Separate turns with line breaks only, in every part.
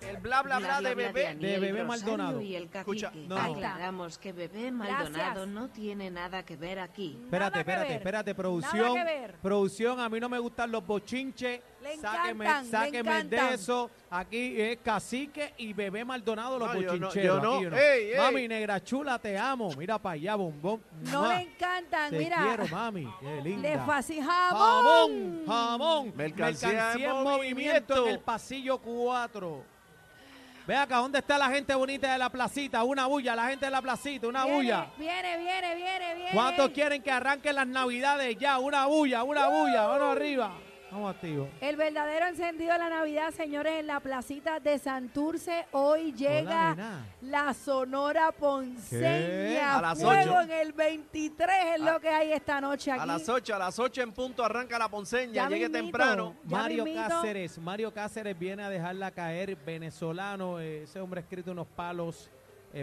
El bla bla bla, de bebé.
de Bebé Maldonado.
Y el
Escucha,
Escucha,
no, no.
Aclaramos que Bebé Maldonado
Gracias.
no tiene nada que ver aquí.
Espérate,
que
espérate,
ver.
espérate,
Nada
producción.
que ver.
Producción, a mí no me gustan los bochinches.
Le
sáquenme
encantan, le
sáquenme
encantan.
de eso. Aquí es Cacique y Bebé Maldonado los
No, yo no, yo
bochincheros.
no.
aquí
Ey, ey.
Mami, negra chula, te amo. Mira para allá, bombón.
No
Mua.
le encantan,
Ah, Te
mira.
quiero, mami. Qué linda.
Le fascina
Jamón,
jamón.
jamón.
Mercancía en
en
movimiento.
el pasillo 4. Ve acá, ¿dónde está la gente bonita de la placita? Una bulla, la gente de la placita, una
Viene,
bulla.
Viene, viene, viene, viene.
¿Cuántos quieren que arranquen las navidades ya? Una bulla, una bulla, vamos arriba. Vamos activo.
El verdadero encendido de la Navidad, señores, en la placita de Santurce. Hoy llega
Hola, nena.
la Sonora
¿Qué?
Ponceña.
A las
Fuego
ocho.
en el 23 es lo que hay esta noche aquí.
A las 8, a las 8 en punto arranca la ponceña,
Ya
llegue
mismito.
temprano.
Ya
Mario
mismito.
Cáceres, Mario Cáceres viene a dejarla caer, venezolano, eh, ese hombre ha escrito unos palos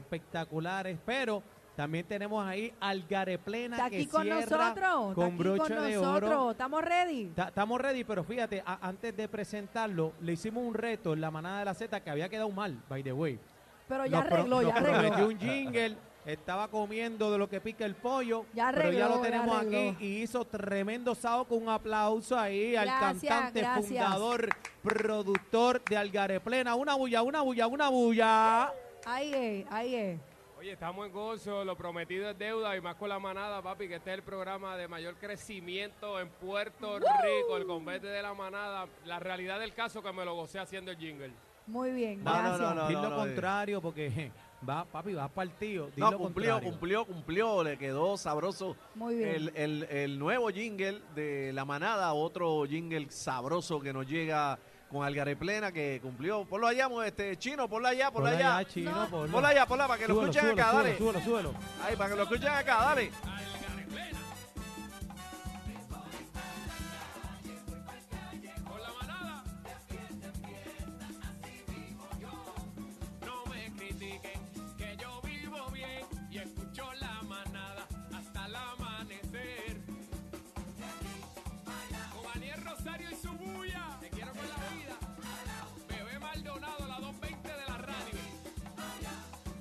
espectaculares, pero también tenemos ahí al Gareplena
Está aquí
que
con
cierra
nosotros. Está
con
aquí
broche
con
de
nosotros.
oro.
Estamos ready.
Ta- Estamos ready, pero fíjate, a- antes de presentarlo, le hicimos un reto en la manada de la Z que había quedado mal, by the way.
Pero ya
Nos pro-
arregló, ya
nos prometió
arregló.
un jingle, estaba comiendo de lo que pica el pollo,
Ya
pero ya
arregló,
lo
ya
tenemos
arregló.
aquí y hizo tremendo sábado con un aplauso ahí al
Gracias,
cantante,
gracias.
fundador, productor de Algareplena. Una bulla, una bulla, una bulla.
Ahí es, ahí es.
Oye, estamos en gozo, lo prometido es deuda y más con la manada, papi, que este es el programa de mayor crecimiento en Puerto Rico, el convete de la manada. La realidad del caso que me lo gocé haciendo el jingle.
Muy bien,
No, no,
gracias.
no, no.
Dilo lo
eh.
contrario porque je, va, papi, va partido. Dilo
No, cumplió,
contrario.
cumplió, cumplió, le quedó sabroso
Muy bien.
el, el- el nuevo jingle de La Manada, otro jingle sabroso que nos llega con Algareplena que cumplió. Ponlo allá, mo- este chino, ponlo allá, ponlo
Ponlo allá,
allá.
chino,
No.
ponlo.
Ponlo allá, ponlo para que lo
Súbelo,
escuchen
súbelo,
acá,
súbelo,
dale.
súbelo, súbelo.
Ahí, para que lo escuchen acá, dale.
Con la manada. No me critiquen, que yo vivo bien y escucho la manada hasta el amanecer. Con Daniel Rosario y su bulla, te quiero con la vida. Bebé Maldonado, la 220 de la radio.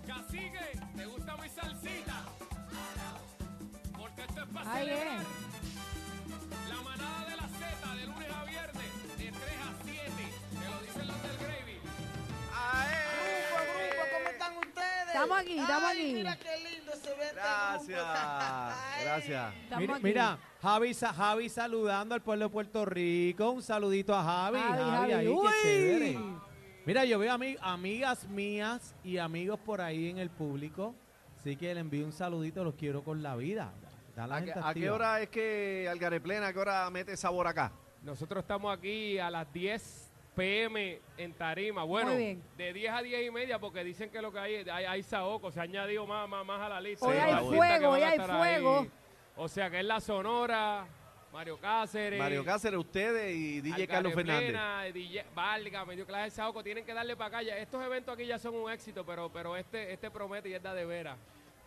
Cacique, ¿te gusta mi salsita? Porque esto es para
Ahí
celebrar.
es.
La manada de la Z de lunes a viernes, de 3 a 7. Te lo dicen los del Gravy.
¿Cómo están ustedes?
Estamos aquí, estamos
Ay,
aquí.
Mira qué lindo se ve. este
Gracias,
grupo. Ay.
gracias.
Estamos
Mira,
aquí.
mira, Javi, sa- Javi saludando al pueblo de Puerto Rico. Un saludito a Javi.
Javi,
Javi,
Javi,
ahí, qué
uy.
chévere. Mira, yo veo ami- amigas mías y amigos por ahí en el público. Así que le envío un saludito, los quiero con la vida. Da la
¿A qué,
gente
a qué
activa.
hora es que Algareplena, a qué hora mete sabor acá?
Nosotros estamos aquí a las 10 pm en Tarima. Bueno,
Muy bien.
de 10 a 10 y media, porque dicen que lo que hay es- hay, hay saoco, se ha añadido más, más, más a la lista.
Hoy
Sí,
hay
la vuelta
artistas que
fuego, hoy
van a
hay
estar
fuego.
ahí. O sea que es la Sonora, Mario Cáceres.
Mario Cáceres, ustedes y DJ Carlos Fernández.
Fernández. DJ, Valga, me dio clase de saoco, tienen que darle para acá. Ya, Estos eventos aquí ya son un éxito, pero, pero este, este promete y es da de veras.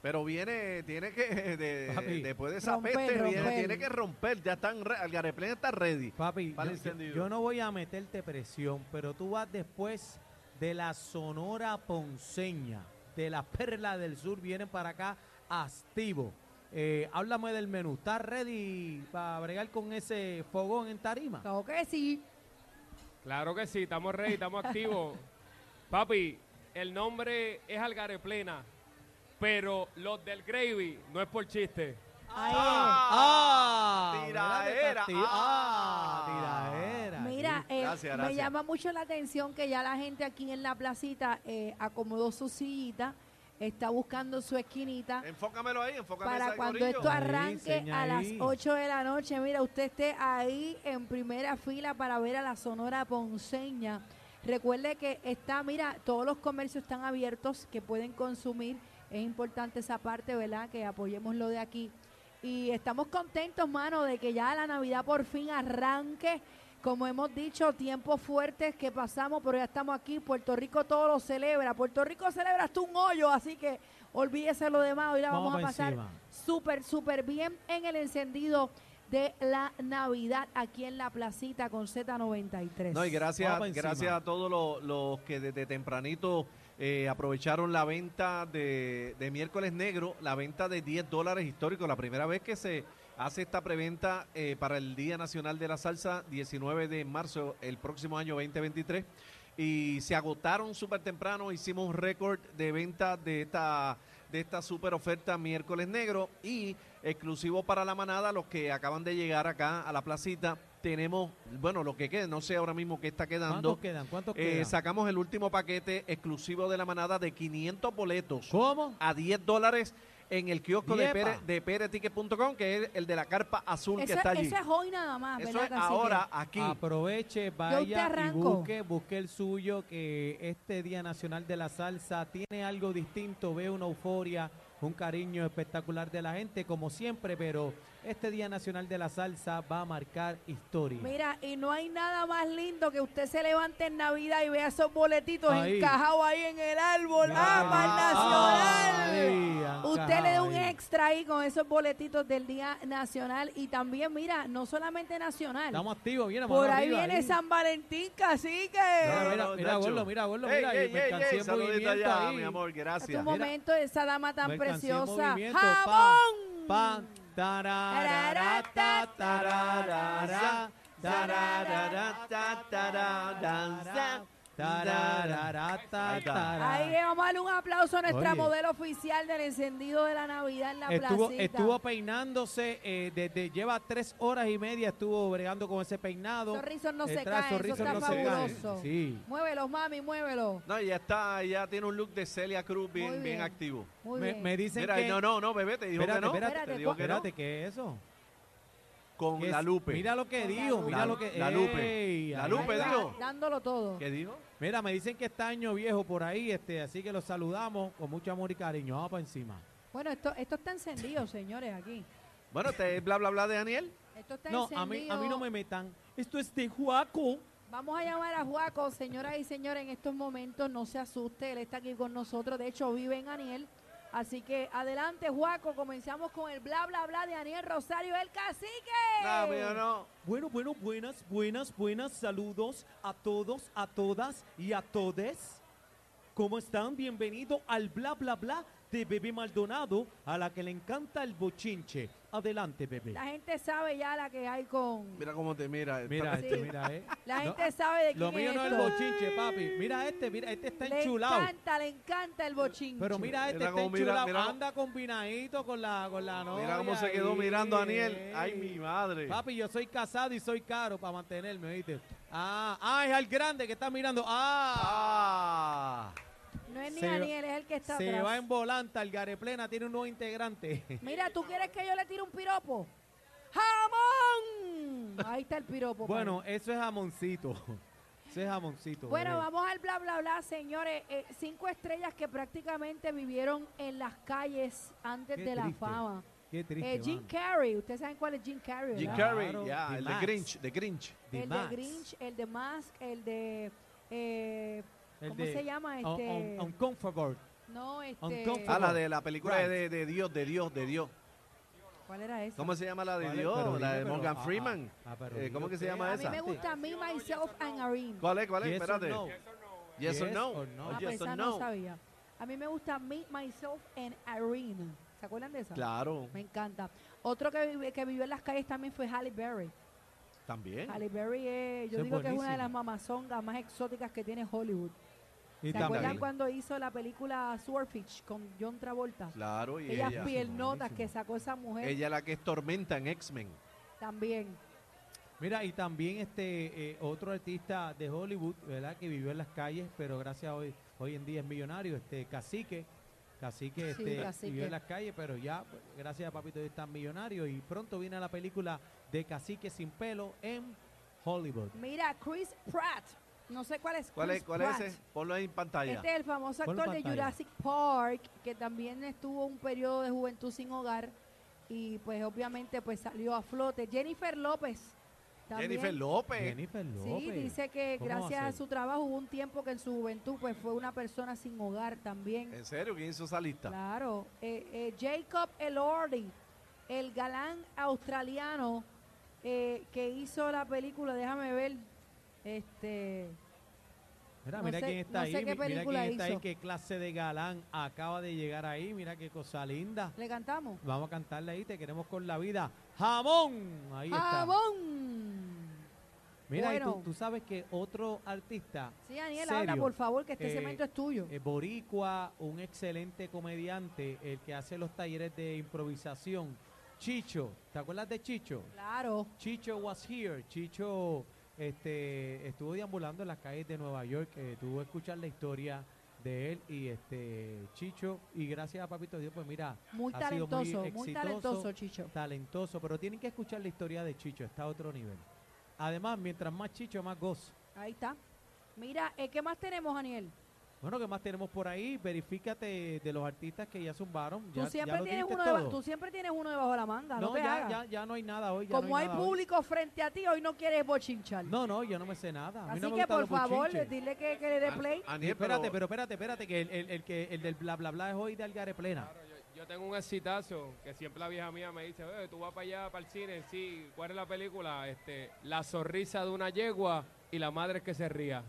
Pero viene, tiene que, de-
Papi.
después de esa
Romper,
peste, viene-
romper.
tiene que romper. Ya están, re- Algareplena está ready.
Papi,
Para
yo-
el incendio.
yo, yo no voy a meterte presión, pero tú vas después de la Sonora Ponceña, de la Perla del Sur, vienen para acá activo. Eh, háblame del menú. ¿Estás ready para bregar con ese fogón en tarima?
Claro que sí.
Claro que sí, estamos ready, estamos activos. Papi, el nombre es Algareplena, pero los del Gravy no es por chiste.
Ahí
¡Ah! ah,
Tiraera,
¿verdad que está acti-
ah.
¡Ah! Tiraera.
Mira,
Sí.
eh,
Gracias,
me
gracias.
llama mucho la atención que ya la gente aquí en la placita eh, acomodó su sillita, está buscando su esquinita
Enfócamelo ahí, enfócame
para
esa,
cuando
Corillo.
esto
Ahí,
arranque
seña
a las
ahí.
8 de la noche. Mira, usted esté ahí en primera fila para ver a la Sonora Ponceña. Recuerde que está, mira, todos los comercios están abiertos que pueden consumir. Es importante esa parte, ¿verdad? Que apoyemos lo de aquí. Y estamos contentos, mano, de que ya la Navidad por fin arranque, Como hemos dicho, tiempos fuertes que pasamos, pero ya estamos aquí. Puerto Rico todo lo celebra. Puerto Rico celebra hasta un hoyo, así que olvídese lo demás. Hoy la vamos,
Vamos
a
pa'
pasar
encima.
súper, súper bien en el encendido de la Navidad aquí en la placita con Z93.
No, y gracias,
Vamos pa' encima.
gracias a todos los, los que desde tempranito eh, aprovecharon la venta de, de miércoles negro, la venta de 10 dólares histórico, la primera vez que se hace esta preventa eh, para el Día Nacional de la Salsa, 19 de marzo, el próximo año 2023. Y se agotaron súper temprano, hicimos un récord de venta de esta de esta super oferta miércoles negro y exclusivo para la manada, los que acaban de llegar acá a la placita. Tenemos, bueno, lo que quede, no sé ahora mismo qué está quedando.
¿Cuántos quedan? ¿Cuántos
Eh,
quedan?
sacamos el último paquete exclusivo de la manada de 500 boletos
¿Cómo?
a 10 dólares en el kiosco de,
Yepa.
Pere, de pereticket.com, que es el de la carpa azul
eso,
que está allí.
eso es hoy nada más,
Eso
¿verdad,
es
cacique?
ahora, aquí.
Ah, pues, Aproveche,
te
vaya y
arranco.
busque, busque el suyo, que este Día Nacional de la Salsa tiene algo distinto, ve una euforia, un cariño espectacular de la gente, como siempre, pero este Día Nacional de la Salsa va a marcar historia.
Mira, y no hay nada más lindo que usted se levante en Navidad y vea esos boletitos
Ahí.
encajados ahí en el árbol. ¡Ah,
Ah,
para el Nacional!
ahí,
Usted le da un
ahí.
extra ahí con esos boletitos del Día Nacional y también, mira, no solamente Nacional.
Estamos activos, mira,
por
mano
ahí
arriba,
viene San Valentín, cacique.
No,
Mira,
no,
mira,
no,
mira,
Nacho.
Gorlo, mira, Gorlo,
Ey,
mira, yo
ey,
me
ey,
cansé
ey,
en
saludito
movimiento
allá,
ahí.
mi amor,
Hace
gracias.
un momento esa dama tan
Mercancía en
preciosa.
movimiento, pa.
¡Jamón!
Pam, tarara, ta, tarara, tarara, ta, tarara, danza, tarara, ta, tarara.
Ahí le vamos a darle un aplauso a nuestra
Oye.
modelo oficial del encendido de la Navidad en la
Estuvo,
placita.
estuvo peinándose, eh, desde lleva tres horas y media estuvo bregando con ese peinado.
Esos rizos no se caen,
Detrás, esos
eso
rizos
está
no se caen.
fabuloso.
Sí.
Muévelo, mami, muévelo.
No, ya está, ya tiene un look de Celia Cruz bien,
Muy
bien.
bien.
activo.
Muy
Me,
bien.
me dicen
Mira,
que...
no, no, no, bebé, te dijo
espérate,
que no.
espérate,
te
Espérate,
dijo que no.
espérate, ¿qué es eso?
Con
¿Qué
la
es?
Lupe.
Mira lo que dijo,
La-
mira lo que...
la Lupe.
Ey,
La
ahí
Lupe,
está.
digo.
Dándolo todo.
¿Qué dijo?
Mira, me dicen que está año viejo por ahí, este, así que los saludamos con mucho amor y cariño. Vamos para encima.
Bueno, esto, esto está encendido, señores, aquí.
Bueno, este es bla, bla, bla de Daniel.
Esto está
No,
encendido.
a mí, a mí no me metan. Esto es de Juaco.
Vamos a llamar a Juaco, señoras y señores, en estos momentos. No se asuste, él está aquí con nosotros. De hecho, vive en Aniel. Así que adelante, Juaco. Comenzamos con el bla, bla, bla de Aniel Rosario, el cacique.
No, mío, no.
Bueno, bueno, buenas, buenas, buenas. Saludos a todos, a todas y a todes. ¿Cómo están? Bienvenido al bla, bla, bla de Bebé Maldonado, a la que le encanta el bochinche. Adelante, Bebé.
La gente sabe ya la que hay con.
Mira cómo te mira.
Mira
Sí.
este, mira, eh.
La
No,
gente sabe de quién
lo mío
es
no es el
esto.
bochinche, papi. Mira este, mira, este está
Le
enchulado.
encanta, le encanta el bochinche.
Pero mira este,
Mira
está
cómo mira,
enchulado,
mira cómo-
anda combinadito con la, con la novia.
Mira cómo se quedó
ahí.
mirando a Daniel. Ay, mi madre.
Papi, yo soy casado y soy caro para mantenerme, ¿viste? Ah, ah, es al grande que está mirando. Ah,
Ah.
no es ni
se-
Aniel, es el que está
se
atrás.
va en volanta, el Gareplena tiene un nuevo integrante.
Mira, ¿tú quieres que yo le tire un piropo? ¡Jamón! Ahí está el piropo.
bueno, eso es jamoncito. Eso es jamoncito.
Bueno,
bebé.
vamos al bla, bla, bla, señores. Eh, cinco estrellas que prácticamente vivieron en las calles antes
Qué
de la
triste,
fama.
Qué triste.
Eh, Jim
mano.
Carrey, ustedes saben cuál es Jim Carrey,
Jim
¿verdad?
Carrey,
Claro,
ya,
The
el
Mask.
de Grinch, de Grinch.
The
el
Max.
de Grinch, el de Mask, el de... eh,
El
¿Cómo
de-
se llama?
Un-
Este,
un- Uncomfortable.
no, este...
Uncomfortable.
Ah, la de la película
Right.
de, de Dios, de Dios, de Dios.
¿Cuál era esa?
¿Cómo se llama la de
¿Cuál es?
Dios?
Pero
la
dime,
de
pero-
Morgan
ah, ah,
Freeman.
ah, pero
Eh,
dime
¿Cómo que se
usted.
llama
a mí
esa?
me gusta Me, Myself and Irene.
¿Cuál es? ¿Cuál es?
Yes or
Espérate.
no.
Yes or
Yes
no.
or no.
Oh,
Ah, pues
yes or
esa no
no.
sabía. A mí me gusta Me, Myself and Irene. ¿Se acuerdan de esa?
Claro,
Me encanta. Otro que, vive- que vivió en las calles también fue Halle Berry.
también.
Halle Berry es, yo
Eso es
digo que es una de
buenísimo.
las mamazongas más exóticas que tiene Hollywood.
Y
¿Se
también.
acuerdan cuando hizo la película Swordfish con John Travolta?
Claro, y
Ellas
ella.
piernotas que sacó esa mujer
Ella la que es tormenta en X-Men.
también.
Mira, y también este eh, otro artista de Hollywood, ¿verdad? Que vivió en las calles, pero gracias a hoy, hoy en día es millonario, este Cacique. Cacique,
Sí,
este,
Cacique.
vivió en las calles, pero ya, pues, gracias a Papito, hoy está millonario. Y pronto viene la película de Cacique sin pelo en Hollywood.
Mira, Chris Pratt. No sé cuál es.
¿Cuál
Chris
es, cuál es
Pratt.
ese? Ah, Ponlo ahí en pantalla.
Este es el famoso
Ponlo
actor de
pantalla.
Jurassic Park, que también estuvo un periodo de juventud sin hogar y pues obviamente pues salió a flote. Jennifer López También.
Jennifer López.
Jennifer López.
Sí, dice que
pues, ¿Cómo va a
gracias a
ser?
su trabajo hubo un tiempo que en su juventud pues fue una persona sin hogar también.
¿En serio? ¿Quién hizo esa lista?
Claro. Eh, eh, Jacob Elordi, el galán australiano eh, que hizo la película, déjame ver, este,
Mira,
No
mira
sé-
quién
no
está ahí,
sé
mi-
qué
mira quién
película
está ahí,
hizo.
qué clase de galán acaba de llegar ahí, mira qué cosa linda.
¿le cantamos?
Vamos a cantarle ahí, te queremos con la vida. ¡Jamón! Ahí está.
¡Jabón!
Mira, y tú,
Bueno.
tú sabes que otro artista,
Sí, Daniel,
Serio.
habla por favor, que este
Eh,
cemento es tuyo.
eh, boricua, un excelente comediante, el que hace los talleres de improvisación, Chicho. ¿Te acuerdas de Chicho?
claro.
Chicho was here. Chicho este, estuvo deambulando en las calles de Nueva York. eh, tuvo que escuchar la historia de él y este Chicho. Y gracias a Papito Dios, pues mira,
Muy
ha sido muy
talentoso, muy,
exitoso.
talentoso, Chicho.
talentoso. Pero tienen que escuchar la historia de Chicho. Está a otro nivel. Además, mientras más Chicho, más gozo.
Ahí está. Mira, eh, ¿qué más tenemos, Daniel?
Bueno, ¿qué más tenemos por ahí? Verifícate de los artistas que ya zumbaron. Ya,
tú, siempre
ya lo
tienes
dijiste
uno deba-
todo.
tú siempre tienes uno debajo de la manga, no,
no,
te
ya,
hagas.
ya, ya no hay nada hoy. ya no
Como hay
nada hoy.
público frente a ti, hoy no quieres bochinchar.
No, no, yo no me sé nada. A mí
Así
no me
que
gustan
por
los
favor,
bochinches.
dile que, que le dé
Ah,
An-
play.
Ah, Aniel,
Sí, espérate,
pero-
pero espérate, espérate, que el, el- el que, el del bla bla bla es hoy de Algaré Plena.
Claro, yo, yo tengo un exitazo que siempre la vieja mía me dice, "Eh, tú vas para allá, para el cine, sí, ¿cuál es la película? Este, la sonrisa de una yegua y la madre que se ría.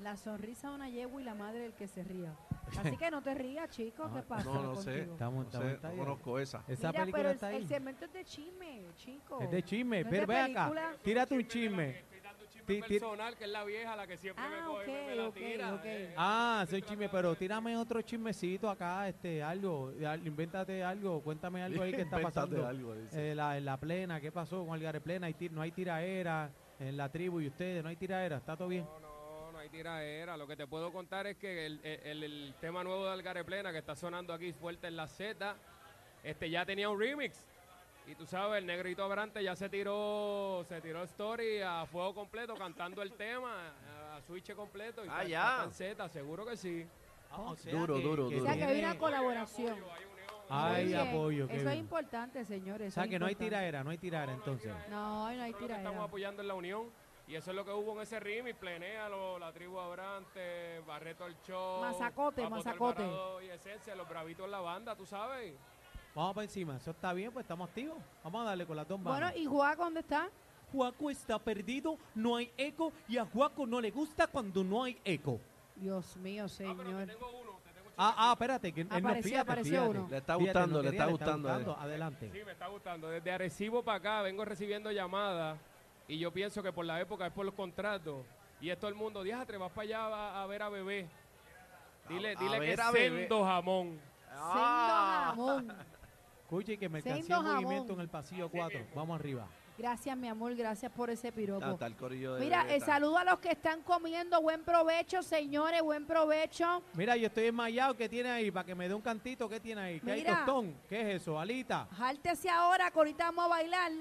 La sonrisa de una yegua y la madre del que se ría. Así que no te rías, chicos, ¿qué
Ah, No,
pasa?
no, no sé.
contigo?
Estamos,
No, sé, no conozco esa.
Esa
Mira,
película
pero el,
está ahí.
el cemento es de chisme, chicos.
es de chisme,
no es
pero
de
ve acá,
película.
tírate un chisme.
Estoy dando un chisme
Ti- ti-
personal, que es la vieja la que siempre
Ah,
me coge y me-
ok,
me la
ok,
tira.
ok.
eh.
Ah,
Estoy
soy chisme,
tratando
pero
de-
tírame otro chismecito acá, este, algo, de al- invéntate algo, cuéntame algo ahí que está
Invéntate
pasando.
algo, dice.
Eh, la, en la plena, ¿qué pasó con Algaré Plena? Hay tir- no hay tiraera en la tribu y ustedes, no hay tiraera, está todo bien.
No, no, no hay tiraera. Lo que te puedo contar es que el, el- el tema nuevo de Algaré Plena que está sonando aquí fuerte en la Z, este ya tenía un remix. Y tú sabes, el negrito Abrante ya se tiró, se tiró story a fuego completo cantando el tema, a switch completo. Y
Ah,
está-
ya.
está en Z, seguro que sí.
Ah, o sea
Duro, duro,
O
duro.
sea que hay
viene-
una colaboración. Muy
Ay,
bien.
apoyo, qué
Eso es
bien.
importante, señores.
O
eso
sea
es
que no hay
importante.
tiraera, no hay tiraera entonces.
No, no hay
Nosotros lo que estamos
tiraera.
apoyando en la unión. Y eso es lo que hubo en ese remix, Plenéalo, La Tribu Abrante, Barreto el Show.
Mazacote,
Papo
mazacote.
Alvarado Y Esencia, los bravitos en la banda, tú sabes.
Vamos para encima, eso está bien, pues estamos activos. Vamos a darle con las dos manos.
Bueno, ¿y Juaco dónde está?
Juaco está perdido, no hay eco y a Juaco no le gusta cuando no hay eco.
Dios mío, señor.
Ah, ah, espérate, que él no
Apareció,
fíjate,
apareció
fíjate.
uno.
Le está
Fíjate,
gustando,
no
le
quería,
está gustando, eh.
Adelante.
Sí, me está gustando. Desde Arecibo para acá vengo recibiendo llamadas y yo pienso que por la época es por los contratos. Y es todo el mundo, diastre, vas para allá a, a ver a bebé. Dile,
A- a
dile que
ver
es
a Bebé.
sendo jamón.
Ah.
Sendo jamón.
Escuche que mercancía
Sendo
en movimiento
jamón.
en el pasillo 4. Vamos arriba.
Gracias, mi amor, gracias por ese
Ah,
piropo.
está el corillo de
Mira,
Bebé,
eh,
está.
saludo a los que están comiendo. Buen provecho, señores, buen provecho.
Mira, yo estoy enmayado. ¿Qué tiene ahí? Para que me dé un cantito, ¿qué tiene ahí? ¿Qué hay
Mira.
tostón? ¿Qué es eso? Alita.
Jártese ahora, que ahorita vamos a bailar.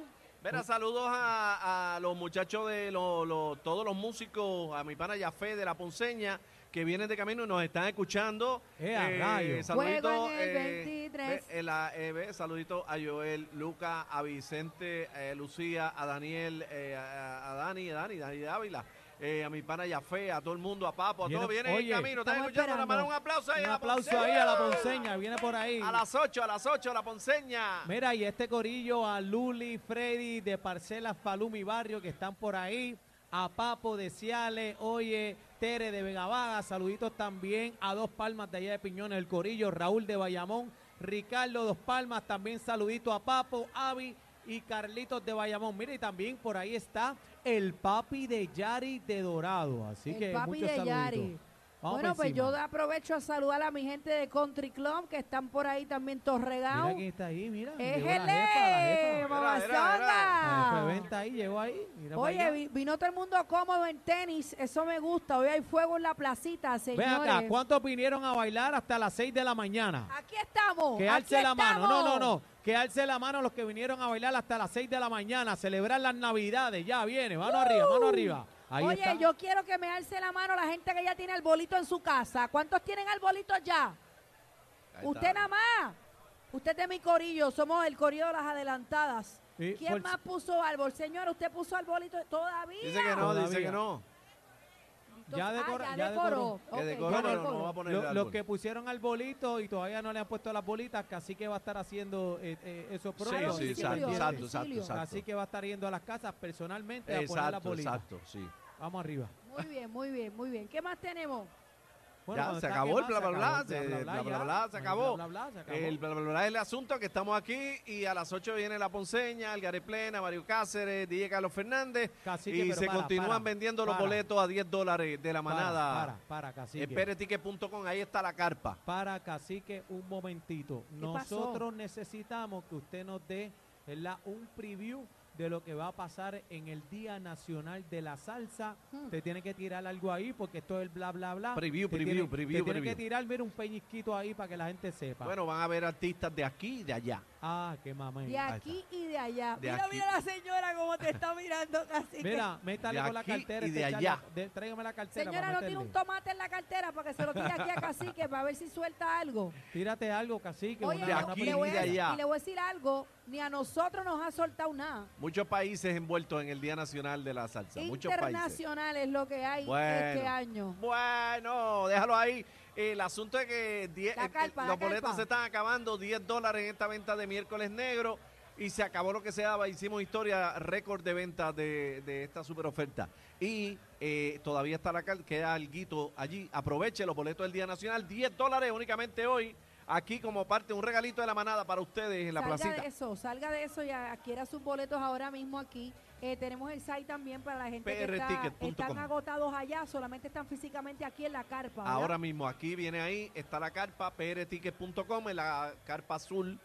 Mira, saludos a, a los muchachos de los- los- todos los músicos, a mi pana Yafé de La Ponceña, que vienen de camino y nos están escuchando.
¡Eh, a rayos!
saludito,
Juego en el
eh,
23.
ve- eh, la- eh, ve, saludito a Joel, Luca, a Vicente, eh, Lucía, a Daniel, eh, a, a Dani, a Dani, Dani Dávila. eh, a mi pana Yafé, a todo el mundo, a Papo, a
Viene-
todos vienen en
oye,
camino, están
estamos
escuchando,
esperando.
nada más un aplauso ahí
Un
a la
aplauso
Ponceña.
ahí a la ponceña. Viene por ahí.
A las 8, a las 8, a la Ponceña.
Mira, y este corillo a Luli, Freddy de Parcelas Palumi Barrio que están por ahí, a Papo de Ciales, oye, Tere de Vegavaga, saluditos también a Dos Palmas de allá de Piñones, el corillo Raúl de Bayamón, Ricardo Dos Palmas, también saludito a Papo, Avi y Carlitos de Bayamón. Mira, y también por ahí está el papi de Yari de Dorado, así
El
que
papi
muchos
de
saluditos.
Yari.
Vamos
bueno,
por
pues
encima.
yo aprovecho a saludar a mi gente de Country Club que están por ahí también
Mira
torregados.
quién está ahí, mira.
¡Es
llegó la jefa, la
el
jefa.
Mira, mira,
La jefa de
mamazonga!
venta ahí, llegó ahí. mira para
Ah. Oye,
allá.
vi- vino todo el mundo cómodo en tenis, eso me gusta. Hoy hay fuego en la placita,
Ve
señores.
acá, ¿cuántos vinieron a bailar hasta las 6 de la mañana?
Aquí estamos.
Que
aquí
alce la mano, no,
estamos.
no, no. Que alce la mano los que vinieron a bailar hasta las 6 de la mañana, a celebrar las navidades. Ya viene, mano arriba, mano arriba. Ahí
Uh. Oye,
está.
yo quiero que me alce la mano la gente que ya tiene el bolito en su casa. ¿Cuántos tienen el bolito ya?
Ahí está.
Usted nada más. Usted es de mi corillo, somos el corillo de las adelantadas.
Sí,
¿Quién
por-
más puso árbol? Señora, usted puso arbolito todavía.
Dice que no, dice
Todavía.
que no.
Entonces-
Ya decoró-
ah,
ya
decoró.
Que
Ok,
decoro,
ya
pero
decoró.
no va a poner
Lo-
el
los
árbol.
que pusieron arbolitos y todavía no le han puesto las bolitas, casi que va a estar haciendo eh, eh, esos
Sí,
programas.
sí,
Domicilio,
exacto, exacto, exacto,
domicilio.
exacto.
Así que va a estar yendo a las casas personalmente a poner las
Exacto,
bolitas.
exacto, sí.
Vamos arriba.
Muy bien, muy bien, muy bien. ¿Qué más tenemos?
Bueno,
ya,
cuando
se
está
acabó el bla
quemado,
bla bla,
se acabó el
se- bla bla
ya.
bla, se
El
acabó.
bla, bla, bla, se acabó.
El bla bla bla es el asunto que estamos aquí y a las 8 viene la Ponceña, el Plena, Mario Cáceres, DJ Carlos Fernández
Cacique,
y
pero
se
para,
continúan
para,
vendiendo los
para.
boletos a 10 dólares de la
Para,
manada.
Para, para, cacique.
En pereticket.com, ahí está la carpa.
Para, cacique, un momentito.
pasó?
Nosotros necesitamos que usted nos dé ¿verdad? un preview de lo que va a pasar en el Día Nacional de la Salsa.
Hmm.
Usted tiene que tirar algo ahí porque esto es el bla, bla, bla.
Preview,
Usted
preview,
tiene-
preview,
usted tiene
preview.
que tirar, mira, un peñisquito ahí para que la gente sepa.
Bueno, van a ver artistas de aquí y de allá.
Ah, qué mamá.
De aquí y de allá.
De
mira,
aquí.
mira la señora cómo te está mirando casi.
Mira, métale
De
con la
aquí
cartera.
y
este
de
charla-
allá.
de- tráigame la cartera.
Señora,
para
no tiene
meterle.
un tomate en la cartera para que se lo tire aquí a Cacique para ver si suelta algo.
Tírate algo, cacique.
Oye,
de
no,
aquí
le voy
y de
a-
allá.
y le voy a decir algo, ni a nosotros nos ha soltado nada.
Muchos países envueltos en el Día Nacional de la Salsa. Muchos países.
Internacional es lo que hay
Bueno.
este año.
Bueno, déjalo ahí. El asunto es que die-
La
eh,
carpa, la
los boletos
carpa.
se están acabando, 10 dólares en esta venta de miércoles negro y se acabó lo que se daba. Hicimos historia, récord de ventas de, de esta super oferta. Y eh, todavía está la cal- queda alguito allí. Aproveche los boletos del Día Nacional, 10 dólares únicamente hoy, aquí como parte, un regalito de la manada para ustedes en la
salga
placita.
de eso, salga de eso y adquiera sus boletos ahora mismo aquí. Eh, tenemos el site también para la gente que está,
prticket.com.
están agotados allá, solamente están físicamente aquí en la carpa. ¿verdad?
Ahora mismo, aquí viene ahí, está la carpa, prticket.com, en la carpa azul,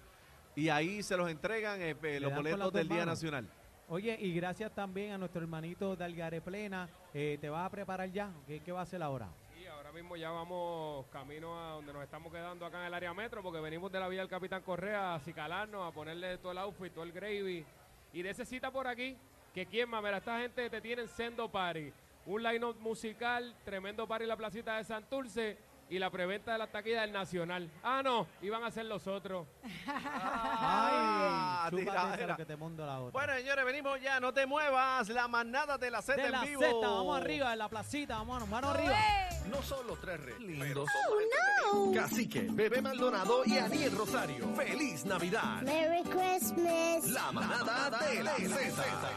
y ahí se los entregan eh, eh, los
dan con las
boletos
dos
del Día
manos.
Nacional.
Oye, y gracias también a nuestro hermanito de Algareplena. Eh, ¿Te vas a preparar ya? ¿Qué, qué va a hacer ahora?
Y ahora mismo ya vamos camino a donde nos estamos quedando acá en el área metro, porque venimos de la vía del Capitán Correa a cicalarnos, a ponerle todo el outfit, todo el gravy. Y de ese cita por aquí, que quién mamera, esta gente te tienen sendo party. Un line-up musical, tremendo party en la placita de Santurce y la preventa de la taquilla del Nacional. Ah, no, iban a ser los otros.
Ah,
Ay, chúpate
tiradera.
esa, lo que te mando la otra.
Bueno, señores, venimos ya, no te muevas, la manada de la Z
de
en
la
vivo.
Z, vamos arriba, en la placita, vamos, mano arriba.
No son los tres reyes, pero son no. Cacique, Bebé Maldonado y Aniel Rosario. ¡Feliz Navidad!
Merry Christmas.
La manada de la Z.